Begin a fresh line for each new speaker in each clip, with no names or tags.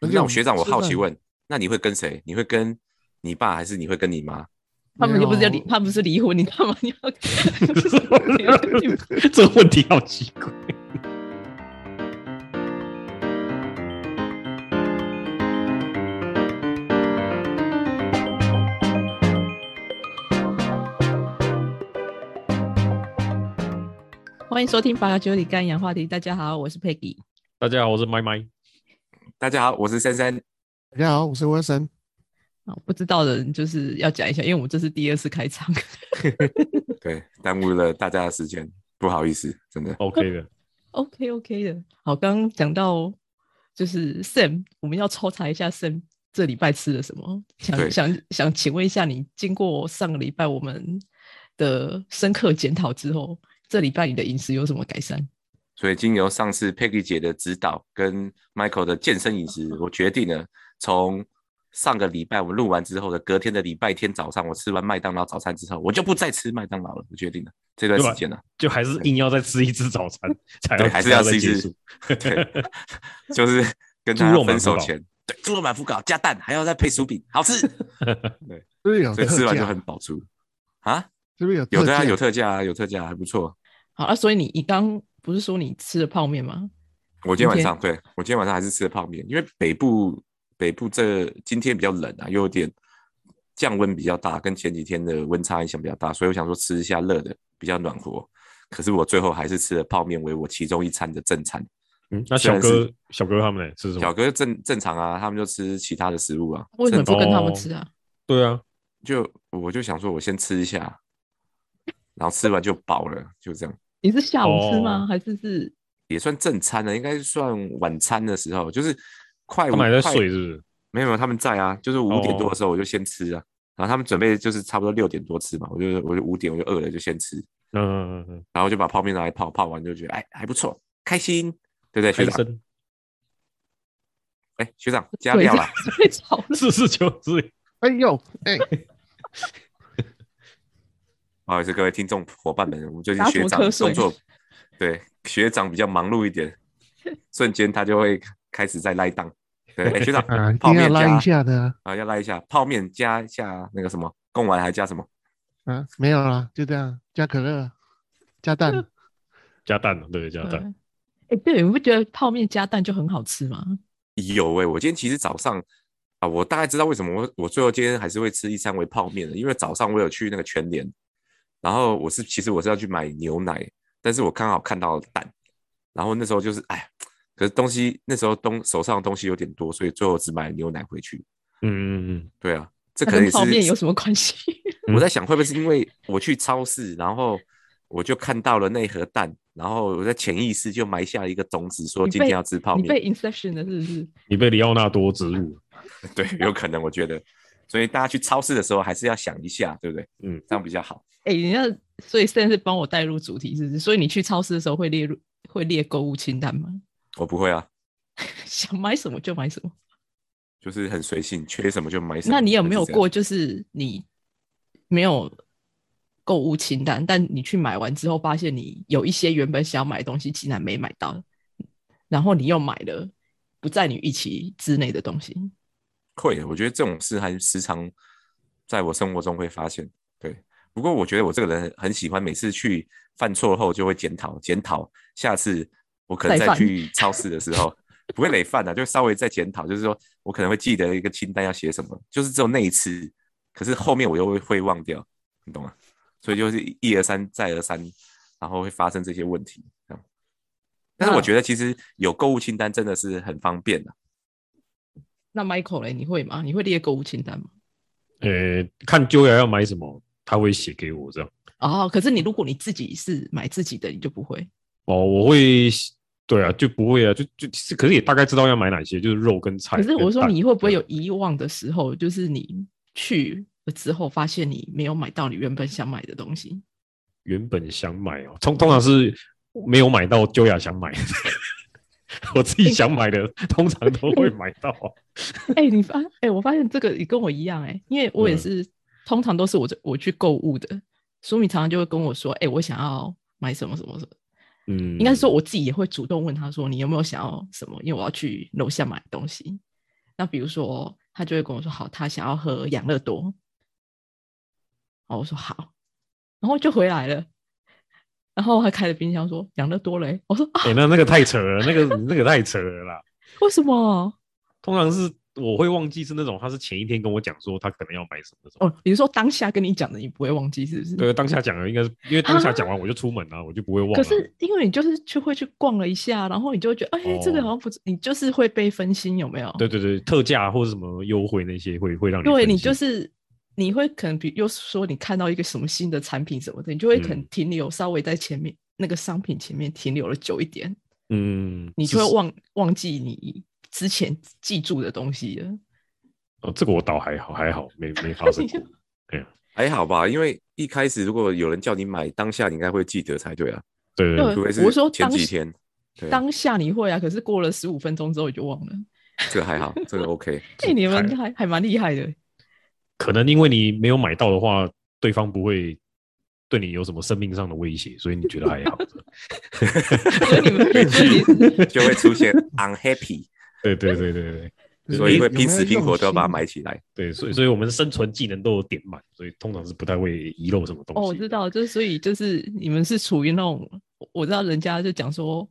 那我学长，我好奇问，那你会跟谁？你会跟你爸，还是你会跟你妈？
他们又不是要离，他们不是离婚，你干嘛你要？
这个问题好奇怪。
欢迎收听《八九里干养话题》，大家好，我是 Peggy。
大家好，我是麦麦。
大家好，我是珊珊。
大家好，我是 Wilson。
啊，不知道的人就是要讲一下，因为我们这是第二次开场，
对，耽误了大家的时间，不好意思，真的。
OK 的，
OK OK 的。好，刚刚讲到就是 Sam，我们要抽查一下 Sam 这礼拜吃了什么。
对
想想想，请问一下你，经过上个礼拜我们的深刻检讨之后，这礼拜你的饮食有什么改善？
所以经由上次 Peggy 姐的指导跟 Michael 的健身饮食，我决定了从上个礼拜我们录完之后的隔天的礼拜天早上，我吃完麦当劳早餐之后，我就不再吃麦当劳了。我决定了这段时间呢、
就还是硬要再吃一次 早餐，才
对，还是要吃一
结
次
束。，
对，就是跟他
猪肉满
分
福
手
宝
前，对，猪肉满福搞加蛋，还要再配薯饼，好 吃，
是不是有
所以吃
特
完就
价？
很饱足啊。
是不是有
有
特
的啊，
价？
有特价啊，有特价，还不错。
好啊，所以你你刚不是说你吃了泡面吗？
我今天晚
今天
上，对我今天晚上还是吃了泡面，因为北部北部这今天比较冷啊，又有点降温比较大，跟前几天的温差影响比较大，所以我想说吃一下热的比较暖和。可是我最后还是吃了泡面为我其中一餐的正餐。
嗯，那
虽然
小哥小哥他们呢？吃什
小
么？
哥正正常啊，他们就吃其他的食物啊。
为什么
正
不跟他们吃啊？
对啊，
就我就想说，我先吃一下，然后吃完就饱了，就这样，
你是下午吃吗？
哦
还是是
也算正餐啊了，应该算晚餐的时候，就是快
他
五
们还在
哎快
睡是不是？
没有没有，他们在啊，就是五点多
哦
的时候我就先吃啊，然后他们准备就是差不多六点多吃嘛，我就我就五点我就饿了就先吃，
嗯嗯嗯嗯，
然后就把泡面拿来泡，泡完就觉得哎还不错，开心，对不对？学
开
长，
生
哎学长加 料啦，
最早 了？
四四九四，
哎呦，哎，
不好意思各位听众伙伴们，我们最近
打什
学
么
长
瞌睡
工作对学长比较忙碌一 点，瞬间他就会开始在赖档，对，哎学 长
啊，一
泡
定要
面
拉
加
一下的啊
啊要赖一下，泡面加一下那个什么，贡丸还加什么？
啊，没有啦，就这样，加可乐，加 蛋，
加蛋了，对，加
对
蛋。
哎，对，你不觉得泡面加蛋就很好吃吗？
有诶、我今天其实早上啊，我大概知道为什么我我最后今天还是会吃一餐为泡面的，因为早上我有去那个全联，然后我是其实我是要去买牛奶，但是我刚好看到蛋，然后那时候就是哎，可是东西那时候东手上的东西有点多，所以最后只买牛奶回去。
嗯嗯
对啊，这
它
可能
跟
也
泡面
是
有什么关系？
我在想，会不会是因为我去超市，然后我就看到了那盒蛋，然后我在潜意识就埋下了一个种子，说
你
今
被
天要吃泡
你
面。
被 Inception 的是不是？
嗯，你被里奥纳多植入。
对，有可能，我觉得。所以大家去超市的时候还是要想一下，对不对？
嗯，
这样比较好。
哎、人家所以现在是帮我带入主题，是不是？所以你去超市的时候会列入会列购物清单吗？
我不会啊，
想买什么就买什么。
就是很随性，缺什么就买什么。
那你有没有
就是这样
过，就是你没有购物清单，但你去买完之后，发现你有一些原本想买的东西竟然没买到，然后你又买了不在你预期之内的东西？
会？我觉得这种事还时常在我生活中会发现。对，不过我觉得我这个人很喜欢，每次去犯错后就会检讨，检讨下次我可能再
再犯
去超市的时候不会累犯的、啊，就稍微再检讨，就是说我可能会记得一个清单要写什么，就是只有那一次，可是后面我又会会忘掉，你懂吗？所以就是一一而三，再而三，然后会发生这些问题。这样，但是我
那
觉得其实有购物清单真的是很方便的、啊
那 Michael 嘞，你会吗？你会列购物清单吗？
呃，看 Joya 要买什么，他会写给我这样。
哦，可是你如果你自己是买自己的，你就不会。
哦，我会，对啊，就不会啊，就就可是也大概知道要买哪些，就是肉跟菜
可
跟
是
蛋。
我说，你会不会
对
有遗忘的时候？就是你去了之后，发现你没有买到你原本想买的东西。
原本想买哦，通通常是没有买到，Joya 想买。 我自己想买的，通常都会买到。哦
哎、你发哎、我发现这个也跟我一样哎、因为我也
嗯
是，通常都是我这我去购物的。苏米常常就会跟我说：“哎、我想要买什么什么什么。”
嗯，
应该说我自己也会主动问他说：“你有没有想要什么？”因为我要去楼下买东西。那比如说，他就会跟我说：“好，他想要喝养乐多。”哦，我说好，然后就回来了。然后他开了冰箱说：“养乐多嘞。”我说：“啊，
哎、那那个太扯了，那个那个太扯了啦。
为什么？
通常是我会忘记是那种，他是前一天跟我讲说他可能要买什么那种。
哦，你是说当下跟你讲的，你不会忘记是不是？
对，当下讲的应该是因为当下讲完我就出门了、我就不会忘了。
可是因为你就是去会去逛了一下，然后你就会觉得，哎、这个好像不是，你就是会被分心，有没有？
哦对对对，特价或者什么优惠那些会会让你
对
分
你
心
就是你会可能比又说你看到一个什么新的产品什么的，你就会可能
嗯
停留稍微在前面、那个商品前面停留了久一点，
嗯，
你
是
就会忘忘记你之前记住的东西了。
哦，这个我倒还好还好，没没发 生
你就
过。
还好吧，因为一开始如果有人叫你买，当下你应该会记得才对啊，
对对
对
对，
除非
我
是
说
前
当
几
时
天，对啊，
当下你会啊，可是过了十五分钟之后你就忘了。
这个还 好，这个 OK。
哎、你
太
们还还蛮厉害 的。
可能因为你没有买到的话，对方不会对你有什么生命上的威胁，所以你觉得还 好。
所以你们，所以你
就会出现 unhappy，
对对对对对
就是
所以
有
会
有
拼
没有
死拼
用
活都要把它
心
买起来。
对，所以所以我们生存技能都有点满，所以通常是不太会遗漏什么东
哦，
西。
我知道，就是所以就是你们是处于那种，我我知道人家就讲说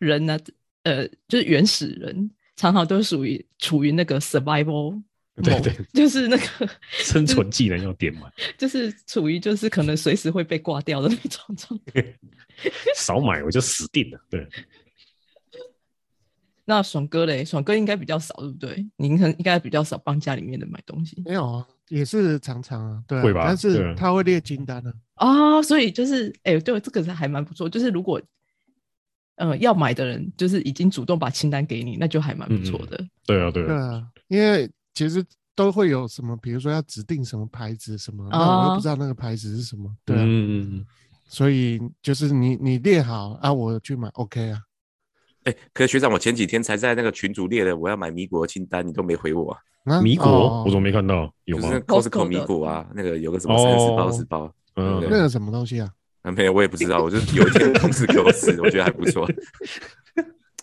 人呢、呃，就是原始人常常都属于处于那个 survival，
对
mode，
对，
就是那个
生存技能要点满，
就是处于就是可能随时会被挂掉的那种状态。
少买我就死定了。对，
那爽哥嘞，爽哥应该比较少，对不对？你可能应该比较少帮家里面的买东西
没有啊，也是常常啊，对啊，
会吧
但
对啊
是他会列清单的，
啊、所以就是哎、对，这个是还蛮不错。就是如果呃要买的人就是已经主动把清单给你，那就还蛮不错
嗯嗯
的。
对啊，对
对
啊，
啊，因为其实都会有什么，比如说要指定什么牌子什么，那我
哦
又不知道那个牌子是什么，对啊，
嗯，嗯
所以就是你你列好啊，我去买，OK 啊，
哎、可是学长，我前几天才在那个群组列了我要买米果的清单，你都没回我、啊，
啊
嗯米果、
哦
我怎么没看到？有
就是
吗
那？个
Costco
Costco 米
的
果啊，那个有个什么三十包
哦
十包，
嗯，
对
那个什么东西啊？
啊没有，我也不知 道，我就是有一天同事给我吃，我觉得还不错。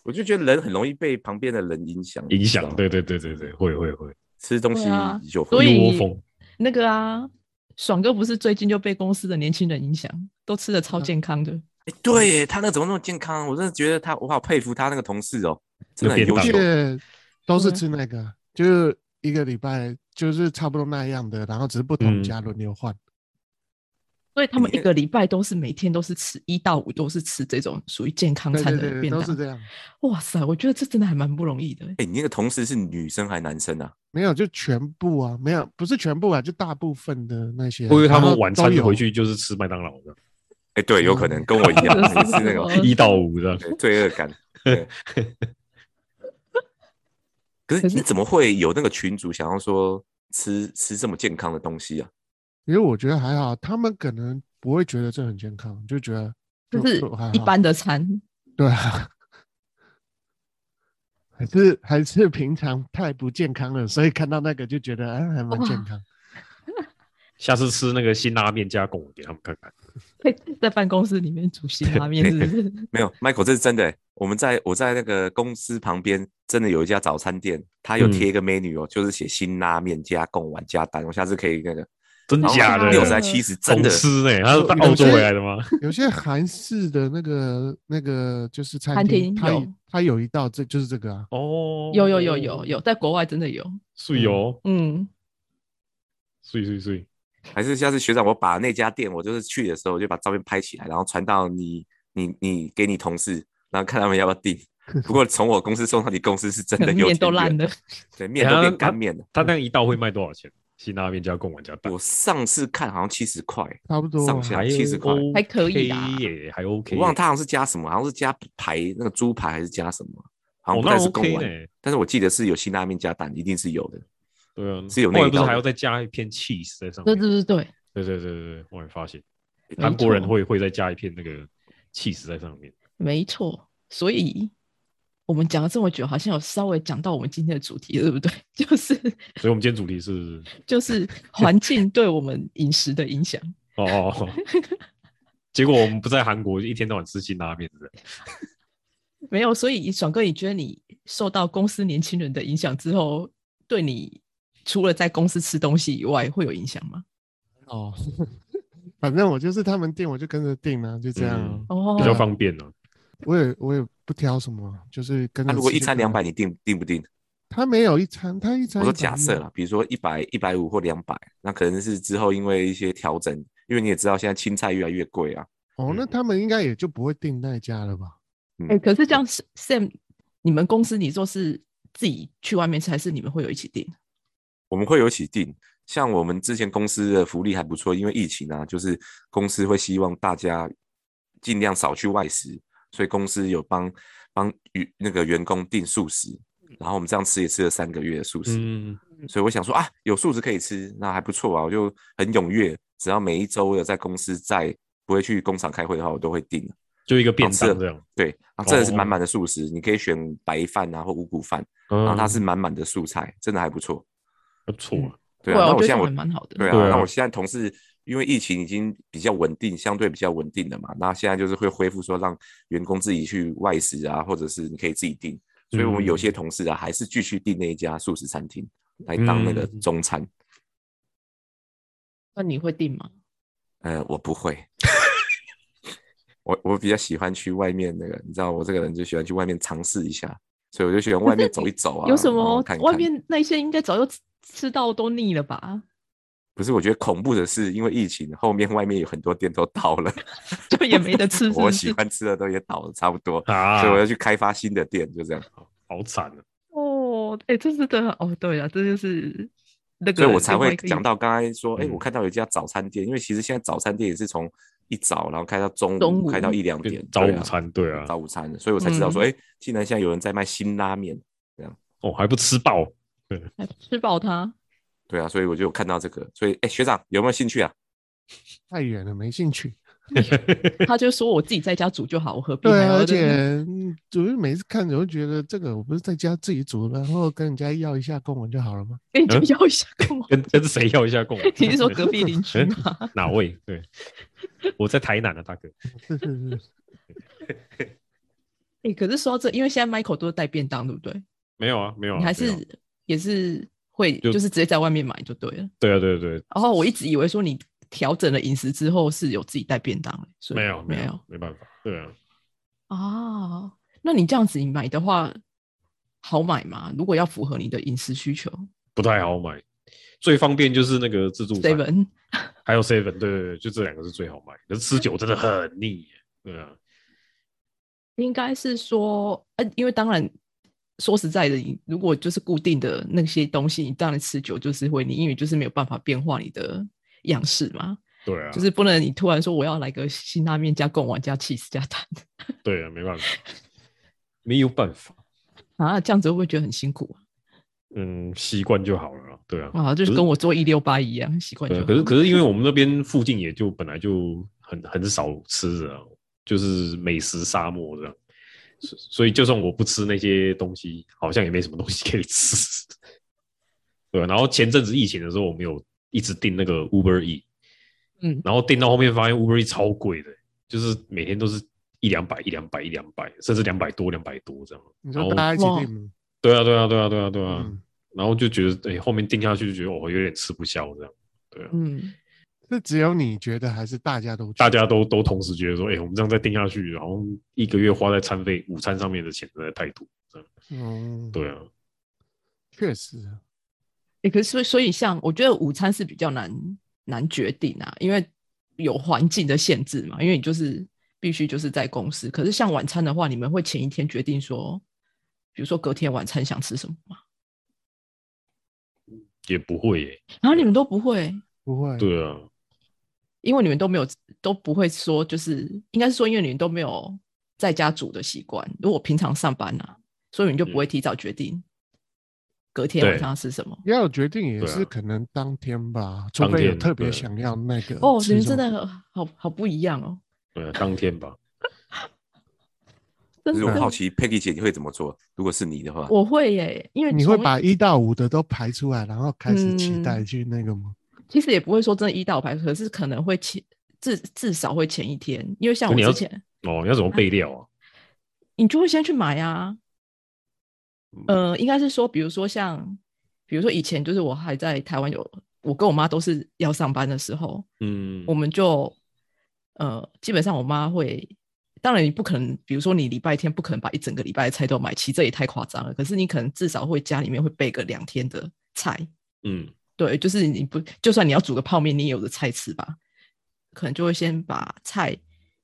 我就觉得人很容易被旁边的人影响，
影
你
响，
知道吗
对对对对对，会会会，
吃东西
对啊
有
所
有
以
一窝蜂。
那个啊，爽哥不是最近就被公司的年轻人影响，都吃的
嗯
超健康的。
哎对耶，他那怎么那么健康？我真的觉得他，我好佩服他那个同事哦，真的很
那便
优
当
秀。
且都是
对
吃那个，就是一个礼拜就是差不多那样的，然后只是不同
嗯
家轮流换。
所以他们
你
一个礼拜都是每天都是吃一到五都是吃这种属于健康
对
餐
对
的
对，
便
都
当。
是这样。
哇塞，我觉得这真的还蛮不容易的欸。
哎、你那个同事是女生还男生啊？
没有，就全部啊，没有，不是全部啊，就大部分的那些。
会不会他
然后
们晚餐
都有
回，去就是吃麦当劳的，
哎、对，有可
嗯
能跟我一样， 也是那种
嗯
一到五的？
对罪恶感。对可是
可是
你怎么会有那个群主想要说吃吃这么健康的东西啊？
因为我觉得还好，他们可能不会觉得这很健康，就觉得
就是
还好
一般的餐，
对啊， 还是还是平常太不健康了，所以看到那个就觉得啊，还蛮健康。
下次吃那个辛拉面加贡给他们看看。
会在办公室里 面煮辛拉面，是不是？
没有，Michael，这是真的欸、我们在我在那个公司旁边，真的有一家早餐店，它有
嗯
贴一个 menu 哦，就是写辛拉面加贡丸加蛋。我下次可以那个，
真
然后
假的？
六十还七十，真的
好吃呢、他是到
有
澳洲
有些
回来的吗？
有些韩式的那个那个就是餐
餐
厅，
厅
它
有
它有一道这就是这个啊，
哦，
有有有有，有，在国外真的有。
碎哦，
嗯，
碎碎碎，
还是下次学长，我把那家店，我就是去的时候，我就把照片拍起来，然后传到你你你给你同事，然后看他们要不要订。不过从我公司送到你公司是真
可
的
能
有
面
点
都烂
远，
了。
啊
对，面都
等
变
下
干面了。
他那一道会卖多少钱？辛拉面加贡丸加蛋
我，上次看好像七十块，
差不多
上
啊
下70块
OK
还可以啦
耶，还 OK
我
耶。
忘了他好像是加什么，好像是加排那个猪排还是加什么，好
哦
像，不
那
太是公
OK
碗，
呢？
但是我记得是有辛拉面加蛋，一定是有的。
对啊，
是有那
后
一道的
来不是还要再加一片 cheese 在上
对
面？
对对对，
对对对对对，我也发现
没
韩国人
错
会会再加一片那个 cheese 在上面。
没错，所以我们讲了这么久，好像有稍微讲到我们今天的主题，对不 对？就是
所以我们今天主题是
就是环境对我们饮食的影响。
哦哦哦，结果我们不在韩国，就一天到晚吃辛拉面，对不对？
没有，所以爽哥，你觉得你受到公司年轻人的影响之后，对你除了在公司吃东西以外，会有影响吗？
哦， 反正我就是他们订，我就跟着订啊，就这样啊。
嗯
哦
比较方便呢、
我也我也不挑什么，就是跟着
那
吃就对了。
如果一餐两百，你定定不定？
他没有一餐，他一餐
我说
100
假设啦，比如说一百、一百五或两百，那可能是之后因为一些调整，因为你也知道现在青菜越来越贵啊。
哦，那他们应该也就不会订那一家了吧？
哎、可是这样是 Sam，你们公司你做是自己去外面吃，还是你们会有一起订？
我们会有一起定。像我们之前公司的福利还不错，因为疫情啊，就是公司会希望大家尽量少去外食，所以公司有帮帮与那个员工订素食，然后我们这样吃也吃了三个月的素食，
嗯，
所以我想说啊，有素食可以吃，那还不错啊，我就很踊跃，只要每一周有在公司在不会去工厂开会的话，我都会订。
就一个便
好吃
当
的
这样。
对，啊，真的是
哦
满满的素食，你可以选白饭啊或五谷饭，
嗯，
然后它是满满的素菜，真的还不错。
不错啊，
对
会
啊，那
我
我
觉
现在
得这样
我
还蛮好的。
对啊，
对啊
那我现在同事因为疫情已经比较稳定，相对比较稳定了嘛，那现在就是会恢复说让员工自己去外食啊，或者是你可以自己订，所以我们有
嗯
些同事啊还是继续订那一家素食餐厅来当那个
嗯
中餐。
那你会订吗？
呃，我不会，我我比较喜欢去外面那个，你知道我这个人就喜欢去外面尝试一下，所以我就喜欢外面走一走啊，
有什
然后
么
看一
外
看
面那些应该早就吃吃到都腻了吧？
不是，我觉得恐怖的是，因为疫情后面外面有很多店都倒了，
就也没得吃是不是
我喜欢吃的都也倒了差不多，
啊
所以我要去开发新的店，就这样，
好惨啊！
哦，哎、这是真的哦，对啊，这就是那个，
所以我才会讲。到刚才说，哎、
嗯
我看到有一家早餐店，因为其实现在早餐店也是从一早，然后开到中午，
中午
开到一两点
跟，早
对
午
啊
餐对啊，嗯
早午餐，所以我才知道说，哎、竟然现在有人在卖新拉面，
哦还不吃饱，
吃饱它，
对啊，所以我就有看到这个，所以哎、学长有没有兴趣啊？
太远了，没兴趣。
他就说我自己在家煮就好，我何必还
对啊，
要
而
在那边？
且嗯主要每次看着我就觉得这个我不是在家自己煮，然后跟人家要一下公文就好了吗？
嗯
跟你就要一下干嘛？
跟跟谁要一下共？
你是说隔壁邻
嗯
居吗？
哪位？对，我在台南啊，大哥。
是是是，
哎、可是说到这，因为现在 Michael 都是带便当，对不对？
没有啊，没有啊，
你还
没有啊
是也是会
就
就是直接在外面买就对了。
对啊，对啊对啊，
然后我一直以为说你调整了饮食之后是有自己带便当的，所以
没有
没
有，没办法，对啊，
啊。那你这样子你买的话好买吗？如果要符合你的饮食需求
不太好买。最方便就是那个自助餐
，seven
还有 seven，对对对，就这两个是最好买。可是吃久真的很腻耶，对啊，
应该是说，呃，因为当然说实在的，你如果就是固定的那些东西，你当然吃久就是会腻，因为就是没有办法变化你的样式嘛，
对啊，
就是不能你突然说我要来个辛拉面加贡丸加 cheese 加蛋。
对啊，没办法，没有办法，
啊，这样子会不会觉得很辛苦
嗯，习惯就好了啊，对啊，
啊？啊，就是
可是
跟我做一六八一样，习惯就
对啊
好。
可是可是因为我们那边附近也就本来就很很少吃的、啊，就是美食沙漠这样，所所以就算我不吃那些东西，好像也没什么东西可以吃。 对啊、然后前阵子疫情的时候，我们有一直订那个 Uber E，
嗯，
然后订到后面发现 Uber E 超贵的，就是每天都是一两百、一两百、一两百，甚至两百多、两百多这样。
你说
然后
哦
大家一起
哇
订吗？
对啊，对啊，对啊，对啊，对啊，
嗯，
然后就觉得哎、后面订下去就觉得我、哦、有点吃不消这样。对啊，
嗯，
是只有你觉得还是大家都觉
大
得
家都都同时觉得说，哎、我们这样再定下去，然后一个月花在餐费、午餐上面的钱实在太多。这样
嗯，
对啊，
确实，
欸可是所以所以像我觉得午餐是比较难难决定啊，因为有环境的限制嘛，因为你就是必须就是在公司。可是像晚餐的话，你们会前一天决定说，比如说隔天晚餐想吃什么吗？
也不会耶、
然后你们都不会，
不会。
对啊，
因为你们都没有都不会说，就是应该是说，因为你们都没有在家煮的习惯。如果平常上班啊，所以你就不会
嗯
提早决定隔天晚
对
上要吃什么。
要有决定也
对啊
是可能当天吧，除
当
非有
天
特别
对
想要那个
哦，
吃
你们
什
真
么
的好好不一样哦，
对啊，当天吧。
真
嗯
可是我
的。
好奇 Peggy 姐你会怎么做？如果是你的话，
我会耶，因为
你会
从
把一到五的都排出来，然后开始期
嗯
待去那个吗？
其实也不会说真的一到排，可是可能会前至至少会前一天，因为像
那
我
你要
之前
哦，你要怎么备料啊？
你就会先去买啊。
嗯
呃，应该是说，比如说像，比如说以前就是我还在台湾有，我跟我妈都是要上班的时候，
嗯，
我们就呃，基本上我妈会，当然你不可能，比如说你礼拜天不可能把一整个礼拜的菜都买齐，这也太夸张了。可是你可能至少会家里面会备个两天的菜，
嗯
对，就是你不就算你要煮个泡面，你也有的菜吃吧。可能就会先把菜、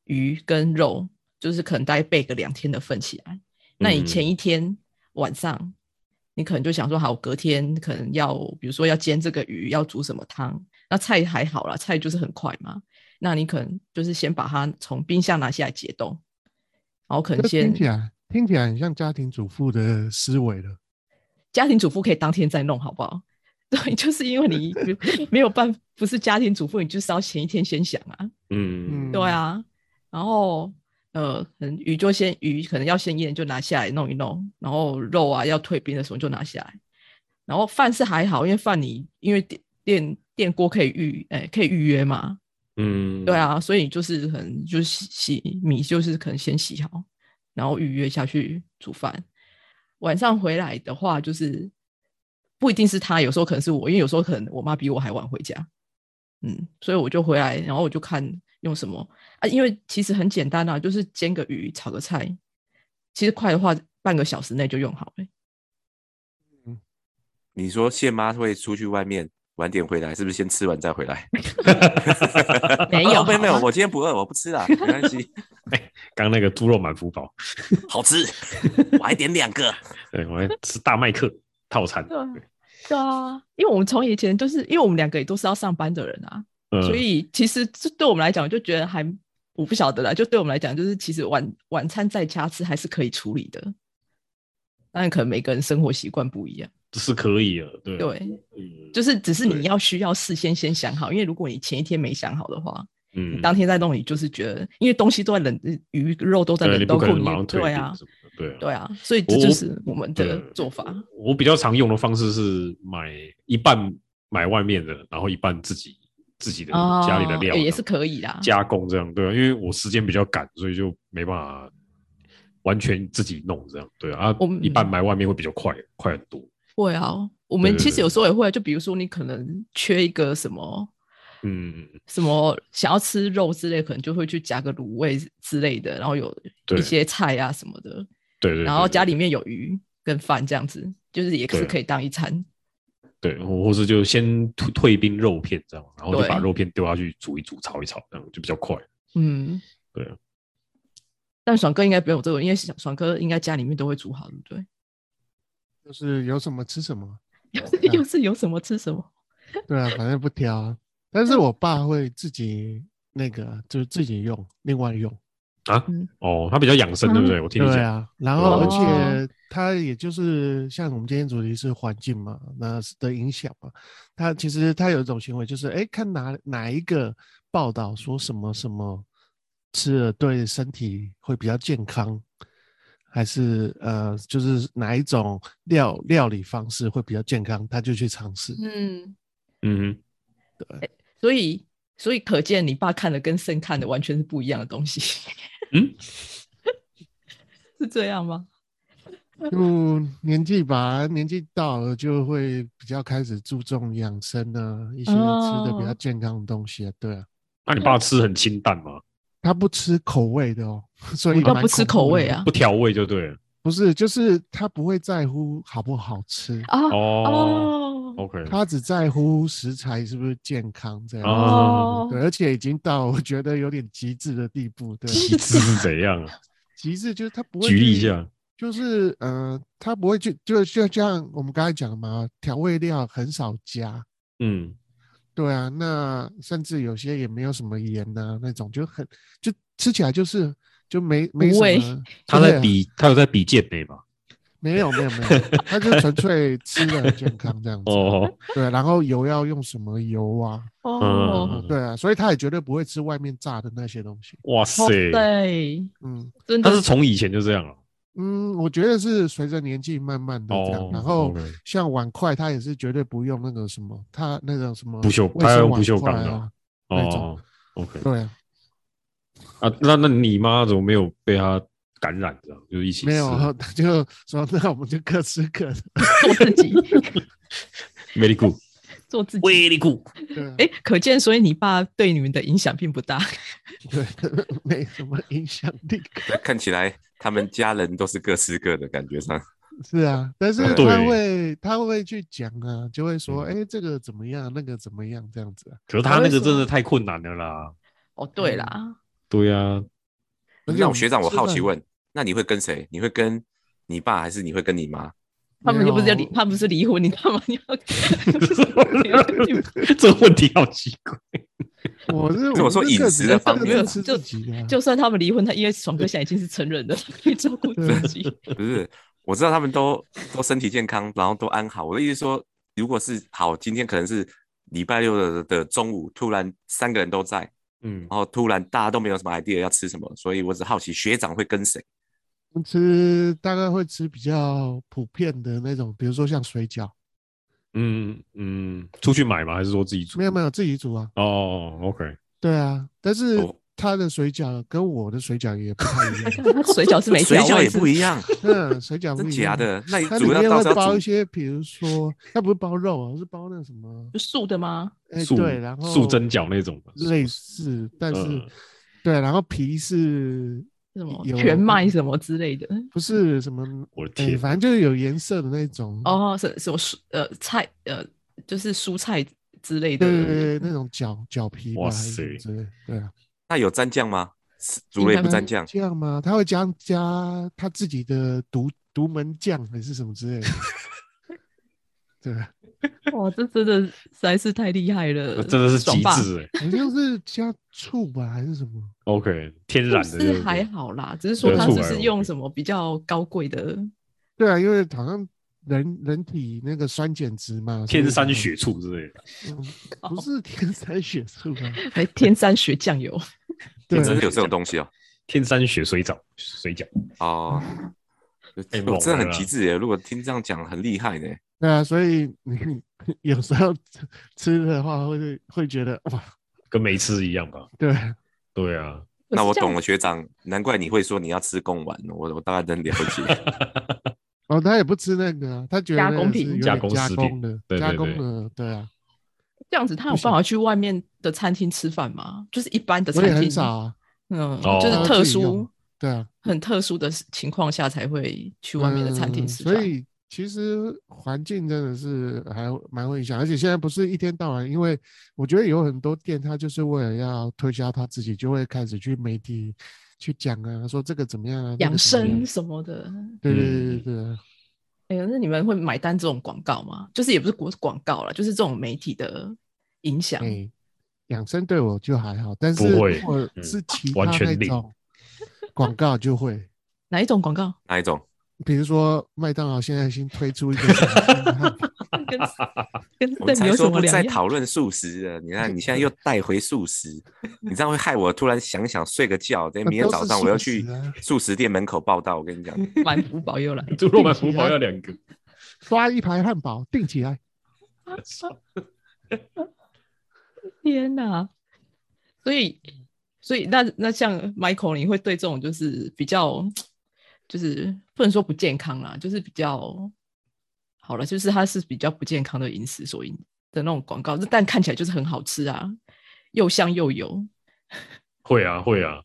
鱼跟肉，就是可能大概备个两天的份起来。那你
嗯
前一天晚上，你可能就想说，好，隔天可能要，比如说要煎这个鱼，要煮什么汤。那菜还好啦，菜就是很快嘛。那你可能就是先把它从冰箱拿下来解冻，然后可能
这
先
听起来听起来很像家庭主妇的思维了。
家庭主妇可以当天再弄，好不好？ 对，就是因为你没有办法，不是家庭主妇，你就是要前一天先想啊。
嗯
对啊，然后呃，可能鱼就先鱼可能要先腌，就拿下来弄一弄，然后肉啊要退冰的什么就拿下来，然后饭是还好，因为饭你因为电电电锅可以预哎、可以预约嘛，
嗯，
对，啊，所以就是可能就是洗洗米就是可能先洗好，然后预约下去煮饭，晚上回来的话就是不一定是他，有时候可能是我，因为有时候可能我妈比我还晚回家，嗯，所以我就回来，然后我就看用什么啊，因为其实很简单啊，就是煎个鱼，炒个菜，其实快的话半个小时内就用好了、
你说谢妈会出去外面晚点回来，是不是先吃完再回 来？
没 有
哦没有没
好
有，
吗
我今天不饿，我不吃啦，没关 系，
刚那个猪肉满福宝，
好吃，我还点两个。
对，我还吃大麦克套餐，
对啊对啊，因为我们从以前都是，因为我们两个也都是要上班的人啊，
嗯
所以其实这对我们来讲，就觉得还我不晓得啦，就对我们来讲，就是其实晚晚餐在家吃还是可以处理的。当然，可能每个人生活习惯不一样，
是可以的，对
对，
嗯
就是只是你
对
要需要事先先想好，因为如果你前一天没想好的话，你
嗯，
当天再弄，你就是觉得因为东西都在冷，鱼肉都在
对你
冷
不
冻
可
库
能
里
马
面
上，退
对
订
啊，
什么的，对啊，
对啊，所以这就是我们的
对
做法。
我比较常用的方式是买一半买外面的，然后一半自己自己的
哦
家里的料、
也也是可以啦
加工这样对啊，因为我时间比较赶，所以就没办法完全自己弄这样对啊，啊
我们
一半买外面会比较快，快很多。
会啊，我
对
们
对
其实
对
有时候也会，就比如说你可能缺一个什么
嗯，
什么想要吃肉之类，可能就会去夹个卤味之类的，然后有
对
一些菜啊什么的，
对对对
然后家
对
里面有鱼跟饭这样子，就是也是
对
可以当一餐。
对，或或是就先退退冰肉片这样，然后就
对
把肉片丢下去煮一煮，炒一炒，这样就比较快。
嗯，
对啊。
但爽哥应该不用这个，因为爽爽哥应该家里面都会煮好，对不 对？
就是有什么吃什么，
就是又是有什么吃什么。
对啊，反正不挑啊。但 是我爸会自己那个，就是自己用，另外用。
哦，它比较养生，对不
嗯
对？我听你
对
讲，
啊，然后而且它也就是像我们今天主题是环境嘛，那是的影响嘛。它其实它有一种行为就是，哎，看哪哪一个报道说什么什么吃了对身体会比较健康，还是呃，就是哪一种料料理方式会比较健康，他就去尝试。
嗯，
嗯
所以所以可见你爸看的跟圣看的完全是不一样的东 西，
嗯，
是这样吗？
就年纪吧，年纪到了就会比较开始注重养生啊，一些吃的比较
哦
健康的东西啊，对啊。
那你爸吃很清淡吗？
他不吃口味的哦， 所以
我爸
蛮
不吃
恐怖
口
的
味，啊
不调味就对了。
不是，就是他不会在乎好不好吃，
啊
哦
哦
，OK，
他只在乎食材是不是健康这样。
哦
对，而且已经到我觉得有点极致的地步，对，
极致是怎样 啊？
极致就是他不会
举例一
去
下，
就是呃，他不会去，就就像我们刚才讲的嘛，调味料很少加，
嗯，
对啊，那甚至有些也没有什么盐呐、那种就很就吃起来就是就没没
无
什
味
么，
他
对
在
啊
比，他有在比健美嘛？
没有没有没 有，他就是纯粹吃的健康这样子。
哦，
对，啊然后油要用什么油啊？
哦，
嗯
对啊，所以他也绝对不会吃外面炸的那些东西。
哇塞，
哦对，
嗯
真
他
的
是从以前就这样了。啊
嗯，我觉得是随着年纪慢慢的这样。
哦
然后
OK
像碗筷，他也是绝对不用那个什么，他那种什么
不锈
卫
他
生
用不
碗
锈
筷
钢的哦
啊。那种
哦，OK
对啊，
啊，那那你妈怎么没有被他感染，这样就一起吃
没有，啊他 就说那我们就各吃各的。
做自己，
，very good，very
做自己。
good。
对啊
哎，可见，所以你爸对你们的影响并不大。
对， 没什么影响力。
那 看起来他们家人都是各吃各的，感觉上
是啊，但是
对
他会他会去讲啊，就会说，哎、
嗯
这个怎么样，那个怎么样，这样子啊。
可是他那个真的太困难了啦。
哦，对啦，
对啊呀，
而且
那
我
我
们
学长，我
吃
好
饭
奇问，那你会跟谁？你会跟你爸还是你会跟你妈？
他们又不是要
没
离
有，
他们不是离婚，你干嘛要？
这个问题好奇怪。
我是
是我嗯说
是
饮
各
食
自
的
各
方
自
面啊
吃
就
自己的啊、
就算他们离婚，他因为爽哥现在已经是成人了，他可以照顾自己。
不是，我知道他们都 都身体健康，然后都安好。我的意思说，如果是好，今天可能是礼拜六的的中午，突然三个人都在，
嗯
然，后突然大家都没有什么 idea 要吃什么，所以我只好奇学长会跟谁。
吃大概会吃比较普遍的那种，比如说像水饺，
嗯嗯，出去买吗？还是说自己煮？
没有没有自己煮啊，
哦，OK，
对啊，但是
哦
他的水饺跟我的水饺也不太一 样，
他水饺是没
水饺也
是
不一样，
嗯，水饺不
真
一
假
样，
的？那你
它里
煮那
面
到
会
时候
包
要
一
煮
些，比如说，它不是包肉啊，是包那个什么，
就素的吗？
哎、
素
对，然后
素蒸饺那种的
类似，但是、
嗯
对，然后皮是
什么
有
全麦什么之类的？
不是什么？
我的
哎、
天
反正就是有颜色的那种，
哦，什什么蔬呃菜呃就是蔬菜之类的
对，对对，那种饺饺皮吧，
哇
还是什么
塞
之类，对啊，
那有蘸酱吗？是煮了也不蘸酱，
这样吗？他会加加他自己的独独门酱还是什么之 类的，对啊，
哇，这真的实在是太厉害了，
那真的是极
爽吧。
致哎。
好像是加醋吧还是什么？
OK，天
不
然的，对
是
不
还
对
好啦，只是说
对
他
出
是不
来
是
了
用什么比较高贵的？
对啊，因为好像人人体那个酸碱值嘛，
天山
血。
雪醋之类的。
嗯不是天山雪醋啊吧？
还哎天山学酱油，
对
真
啊
的，有这种东西哦。
天山雪水饺，水饺
哦，
太猛
我真的
了
很
啦
极致耶！如果听这样讲，很厉害呢。
对啊，所以你 有时候吃吃的话会，会觉得哇，
跟没吃一样吧？
对，
对啊，
那我
是这样
懂了，学长，难怪你会说你要吃贡丸，我我大概能了解。
哦，他也不吃那个啊，他觉得
加
那个
工
是
品
有点
加工
加
食
工
品
的，
对
加
对
工
对
的，对啊，
这样子，他有
不行
办法去外面的餐厅吃饭吗？就是一般的
我
餐
也
厅，
很少啊，
嗯，
哦
就是特殊、
对啊，
很特殊的情况下才会去外面的餐厅
嗯
吃饭。
所以其实环境真的是还蛮会影响，而且现在不是一天到晚，因为我觉得有很多店，他就是为了要推销他自己，就会开始去媒体去讲啊，说这个怎么样啊，那
养
个怎么样
生，什么的，
对对
嗯
对对对啊。
哎、那你们会买单这种广告吗？就是也不是广广告了，就是这种媒体的影响。
哎、养生对我就还好，但
不
是如
会
果
嗯
是其他
完全
那
零
种广告就会，
哪一种广告？
哪一种？
比如说麦当劳现在新推出 一个什么
跟
我们
跟这没
才
有什
说
么
不再
两样。
讨论素食了，你看你现在又带回素食，你这样会害我突然想想睡个觉，等
那
明天
都
早
是
上我要
素食
去
啊
素食店门口报道。我跟你讲，
满福宝又来，
猪肉满福包要 两个。
刷一排汉堡订起来，
天哪！所以，所以那那像 Michael，你会对这种就是比较，就是不能说不健康啦，就是比较好了，就是它是比较不健康的饮食所引的那种广告，但看起来就是很好吃啊，又香又油。
会啊，会啊，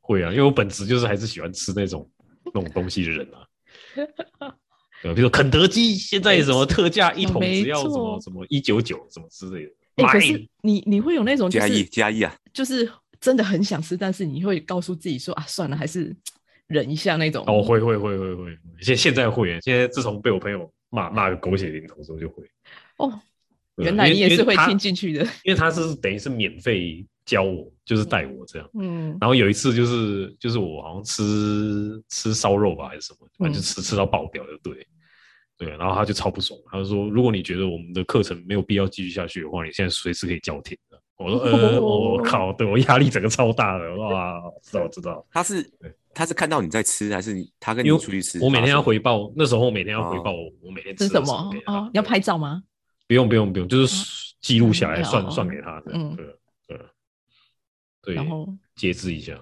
会啊，因为我本质就是还是喜欢吃那种那种东西的人 啊。对，比如说肯德基现在什么特价一桶
没
只要什
错
么什么一九九什么之类的，
哎、
买
可是你你会有那种就
嘉义
是
嘉义啊，
就是真的很想吃，但是你会告诉自己说啊，算了，还是忍一下那种。
哦，会会会会会，现现在会，现在自从被我朋友骂骂个狗血淋头之后就会。
哦，
对啊
原来
因
你
为
也是会
因为他
听进去的。
因为他是等于是免费教我，就是带我这样。
嗯，
然后有一次就是就是我好像吃吃烧肉吧还是什么，反正
嗯
就吃吃到爆掉就对。对，然后他就超不爽，他就说：“如果你觉得我们的课程没有必要继续下去的话，你现在随时可以叫停的。”我说：“呃，我、
哦
靠，对我压力整个超大的，哇，知道知道。
他是
对
他是看到你在吃，还是你他跟你
因为
出去吃？
我每天
发
要
生
回报，那时候我每天要回
哦
报我、我每天
是
吃
什
了
么
给？他
哦，要拍照吗？
不用不用不用，就是记录下来
嗯
算
哦
算给他的，
嗯
对对对，
然后
节制一下。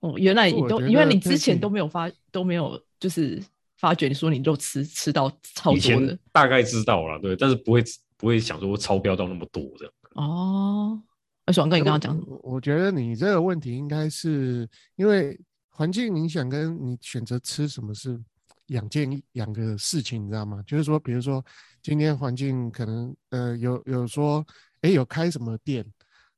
哦，原来
所
你
以我
都
觉
因为
得
你之
这
前
些
都没有发都没有就是发觉，你说你肉吃吃到超
以
多
前
的
大概知道了，对，但是不会不会想说超标到那么多这样。
哦。那爽哥，你刚刚讲什么？
我我觉得你这个问题应该是因为环境影响跟你选择吃什么是两件两个事情，你知道吗？就是说，比如说今天环境可能呃有有说，哎，有开什么店，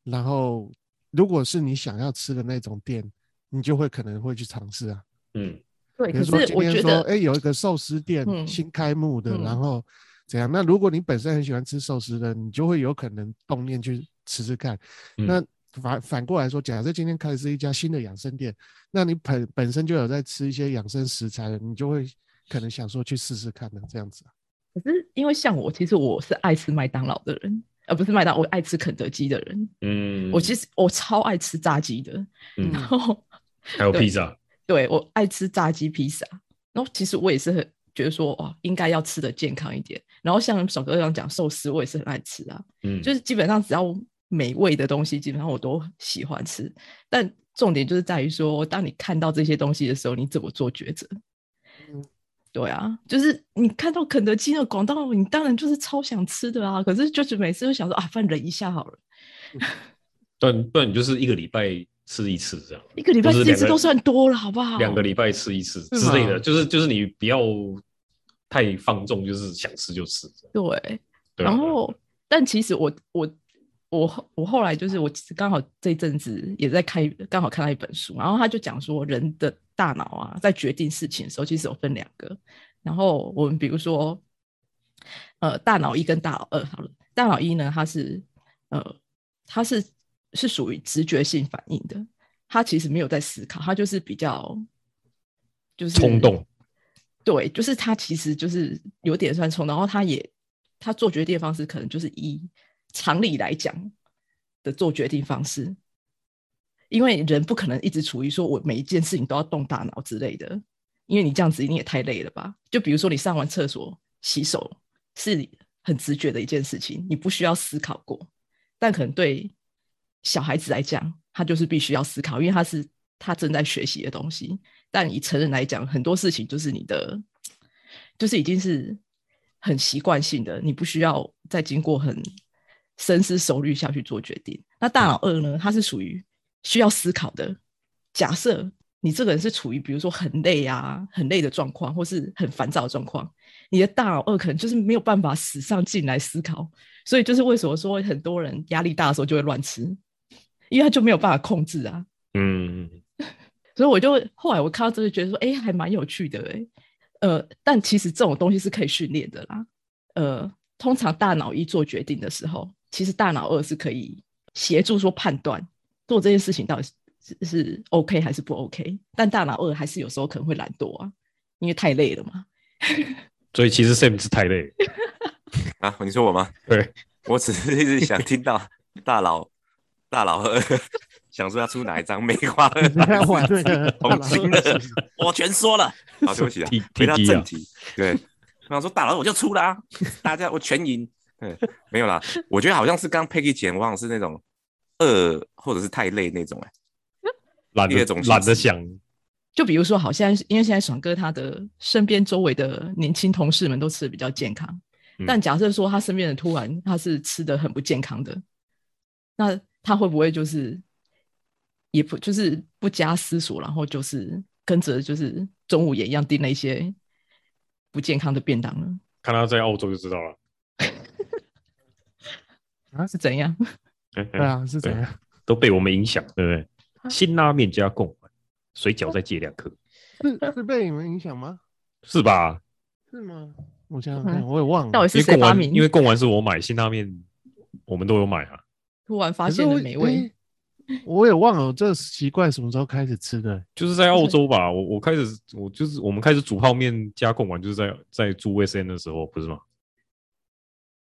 然后如果是你想要吃的那种店，你就会可能会去尝试啊。
嗯，
对，
比
可
如说
是
今
我
天
觉
说，
得，
哎、有一个寿司店、
嗯
新开幕的，然
嗯
后怎样？那如果你本身很喜欢吃寿司的，你就会有可能动念去吃吃看。
嗯
那反反过来说，假设今天开的是一家新的养生店，那你本本身就有在吃一些养生食材了，你就会可能想说去试试看的这样子啊。
可是因为像我，其实我是爱吃麦当劳的人，呃而不是麦当，我爱吃肯德基的人。
嗯，
我其实我超爱吃炸鸡的，
嗯
然后
还有披萨，
对我爱吃炸鸡披萨，然后其实我也是很觉得说哇，应该要吃的健康一点。然后像小哥刚讲寿司，我也是很爱吃啊，
嗯，
就是基本上只要美味的东西，基本上我都喜欢吃。但重点就是在于说，当你看到这些东西的时候，你怎么做抉择？
嗯
对啊，就是你看到肯德基的广告，你当然就是超想吃的啊。可是就是每次都想说啊，反正忍一下好了，
但不然你就是一个礼拜吃一次这样，
一个礼拜
或
吃
是
一次
两个
都算多了，好不好？
两个礼拜吃一次
是
之
吗
类的，就是就是你不要太放纵，就是想吃就吃这样。
对，
对啊
然后，但其实我我我后我后来就是我其实刚好这一阵子也在看一，刚好看到一本书，然后他就讲说人的大脑啊，在决定事情的时候，其实有分两个。然后我们比如说，呃，大脑一跟大脑二好了，大脑一呢，它是呃，它是是属于直觉性反应的，它其实没有在思考，它就是比较就是
冲动，
对，就是他其实就是有点算冲，然后他也他做决定的方式可能就是以常理来讲的做决定方式，因为人不可能一直处于说我每一件事情都要动大脑之类的，因为你这样子一定也太累了吧？就比如说你上完厕所洗手是很直觉的一件事情，你不需要思考过，但可能对小孩子来讲，他就是必须要思考，因为他是他正在学习的东西。但以成人来讲，很多事情就是你的，就是已经是很习惯性的，你不需要再经过很深思熟虑下去做决定。那大脑二呢，它是属于需要思考的。假设你这个人是处于比如说很累啊、很累的状况，或是很烦躁的状况，你的大脑二可能就是没有办法使上劲来思考，所以就是为什么说很多人压力大的时候就会乱吃，因为他就没有办法控制啊。
嗯，
所以我就后来我看到这个，觉得说，哎、还蛮有趣的、诶呃，但其实这种东西是可以训练的啦。呃，通常大脑一做决定的时候，其实大脑二是可以协助说判断做这件事情到底是是是 OK 还是不 OK，但大脑二还是有时候可能会懒惰啊，因为太累了嘛。
所以其实 Sam 是太累，
啊，你说我吗？
对，
我只是一直想听到大佬大佬 二，想说要出哪一张梅 花二
你在玩那个
同心
大佬
的，我全说了。好， 对不起啊
T-，
回到
TD 啊
正题。对，我想说大佬我就出啦、大家我全赢。对，没有啦，我觉得好像是刚 Peggy 姐，我好像是那种饿或者是太累那种、欸，
懒
第
得
二种形式
懒得想，
就比如说，好像因为现在爽哥他的身边周围的年轻同事们都吃的比较健康，
嗯
但假设说他身边的突然他是吃的很不健康的，那他会不会就是也不就是不加思索，然后就是跟着就是中午也一样订了一些不健康的便当呢？
看他在澳洲就知道了。
是怎样？
哎
对，
嗯
啊，是怎
对
样？
都被我们影响，对不对？辛拉面加贡丸，水饺再借两颗，
是是被你们影响吗？
是吧？
是吗？我想想
嗯
看，我也忘
到底
了。
是
因为
谁
贡
发
丸，
明？
因为贡丸是我买，辛拉面我们都有买啊。
突然发
可是
现了
我
美味，
哎我也忘了我这习惯什么时候开始吃的。
就是在澳洲吧，我我开始我就是我们开始煮泡面加贡丸，就是在在住 VCN 的时候，不是吗？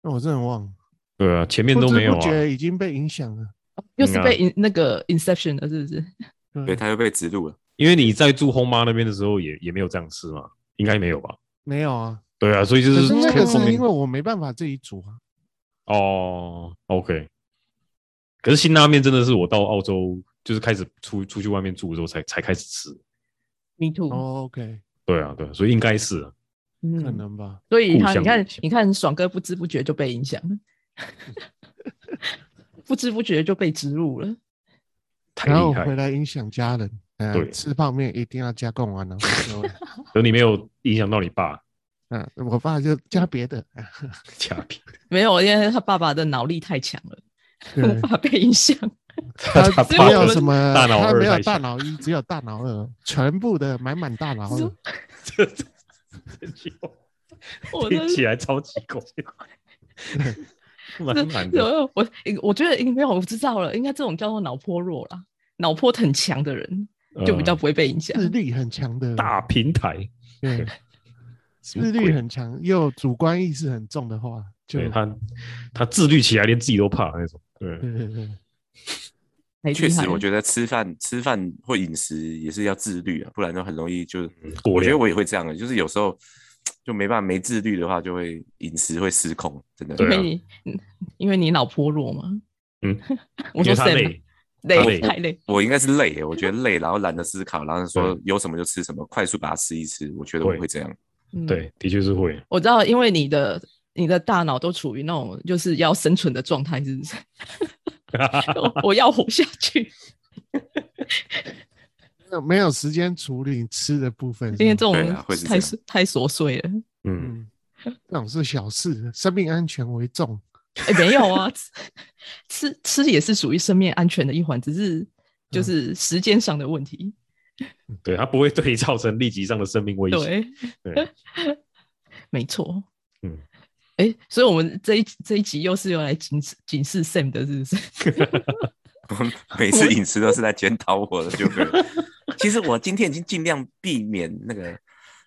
那我真的忘了，
对啊，前面
不
都
知
没有
不
啊。
觉已经被影响了。
又是
嗯啊
被 in, 那个 Inception 的，是不是？
嗯
对，他又被植入了。
因为你在住后妈那边的时候也也没有这样吃嘛，应该没有吧？
没有啊，
对啊，所以就
可
是
是那
可
个
以说
是
明
因为我没办法自己煮啊。
哦，OK。可是辛拉面真的是我到澳洲就是开始出出去外面住的时候才才开始吃。
Me too，、
哦，OK，
对啊，对啊，所以应该是啊、
可
嗯，
能吧。
所以
互
他你
相
看
影响
你看爽哥不知不觉就被影响了， 不知不觉就被植入了。
太
然后
厉害
回。来影响家人，哎呀
对
吃泡面一定要加贡 丸哦。各位
可你没有影响到你爸
嗯，我爸就加别的，
嘉宾，
没有，因为他爸爸的脑力太强了，
对
无法被影响。
他他
只
没
我
有
爸
们
什么，
大脑
他
二
没有
太
大
强
脑一，只有大脑二，全部的满满大脑
是
二。
这这这奇怪
我
听
真
起来超级 狗血，满满
有
的。
有我我觉得应该没有，我知道了，应该这种叫做脑波弱啦，脑波很强的人就比较
呃
不会被影响。
智力很强的人，
大平台，
对，
什么
自律
鬼
很强又主观意识很重的话，就
对他，他自律起来连自己都怕那种。对，
嗯
对对对，
确实，
欸
我
得
觉得吃饭吃饭或饮食也是要自律啊，不然就很容易就。
嗯过
我觉得
量
我也会这样的，欸就是有时候就没办法没自律的话，就会饮食会失控，真的。
对
因
啊
为你嗯因为你脑波弱嘛。
嗯，
我
因
说
为他
Sam
累，他
累
累
太累，
我应该是累，我觉 得累，然后懒得思考，然后说
对
有什么就吃什么，快速把它吃一吃。我觉得我
对
会这样，
嗯，
对，的确是会。
我知道，因为你的你的大脑都处于那种就是要生存的状态，是不是？ 我我要活下去。
那没有时间处理吃的部分是吗，
因为这种
对啊会是
太
这
琐太琐碎了。
嗯，
嗯，这种是小事，生命安全为重。
哎、没有啊，吃吃吃也是属于生命安全的一环，只
嗯
是就是时间上的问题。
对，他不会对你造成立即上的生命危险。
嗯对，
对，
没错。
嗯，
哎、所以我们这一这一集又是用来警示警示 Sam 的，是不是？
每次饮食都是在检讨我的，就 可以其实我今天已经尽量避免那个，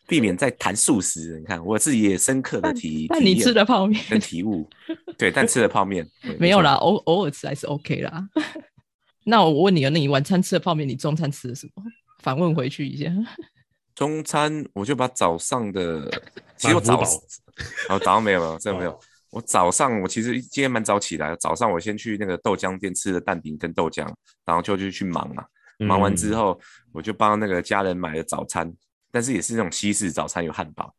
避免再谈素食。你看，我自己也深刻的体
但你
体验
吃的泡面
跟体悟，对，但吃了泡面对
没有
错
啦，偶偶尔吃还是 OK 啦。 那我问你啊，那你晚餐吃的泡面，你中餐吃的什么？反问回去一下。
中餐我就把早上的，其实我
满
早，
福
哦，早上没有没有，真的没有
哦。
我早上我其实今天蛮早起来的，早上我先去那个豆浆店吃了蛋饼跟豆浆，然后就去去忙嘛、
嗯
忙完之
后，
后我就帮那个家人买了早餐，但是也是那种西式早餐，有汉堡。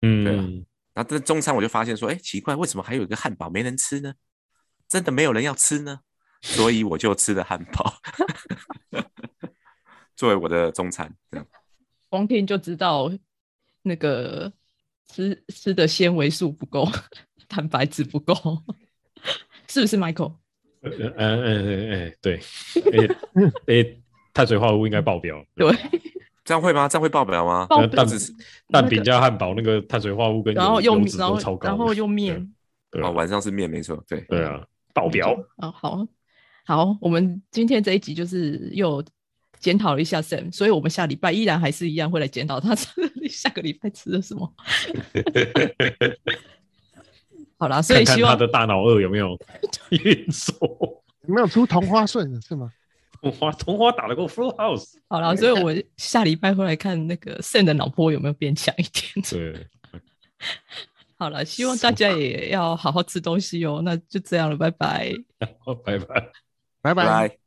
对啊
嗯，
然后但是中餐我就发现说，哎，奇怪，为什么还有一个汉堡没人吃呢？真的没有人要吃呢？所以我就吃了汉堡， 作为我的中餐。这样
光听就知道那个吃吃的纤维素不够，蛋白质不够， 是不是，Michael？
呃
啊
呃呃呃，对， 哎哎，碳水化合物应该爆表。
对，
这样会吗？这样会爆表吗？
爆
那
表
蛋
只是
蛋饼加汉堡那个碳水化合物跟
然后
油
又
油
米
脂
然
都超
后
高的，
然后又面，嗯
对
哦，
啊
晚上是面没错，对，
对啊，爆表。
啊，好好，我们今天这一集就是又检讨了一下 Sam，所以我们下礼拜依然还是一样会来检讨他 吃下个礼拜吃了什么。 好啦，所以
看看
希
他
望
的大脑二有没有 运作。
你没有出同花顺的是吗？
同花同花打得过 Full House，
好啦，所以我下礼拜会来看那个 Sam 的脑波有没有变强一点。
对，
好了，希望大家也要好好吃东西哦。那就这样了，拜拜。
好，拜拜。
拜
拜拜。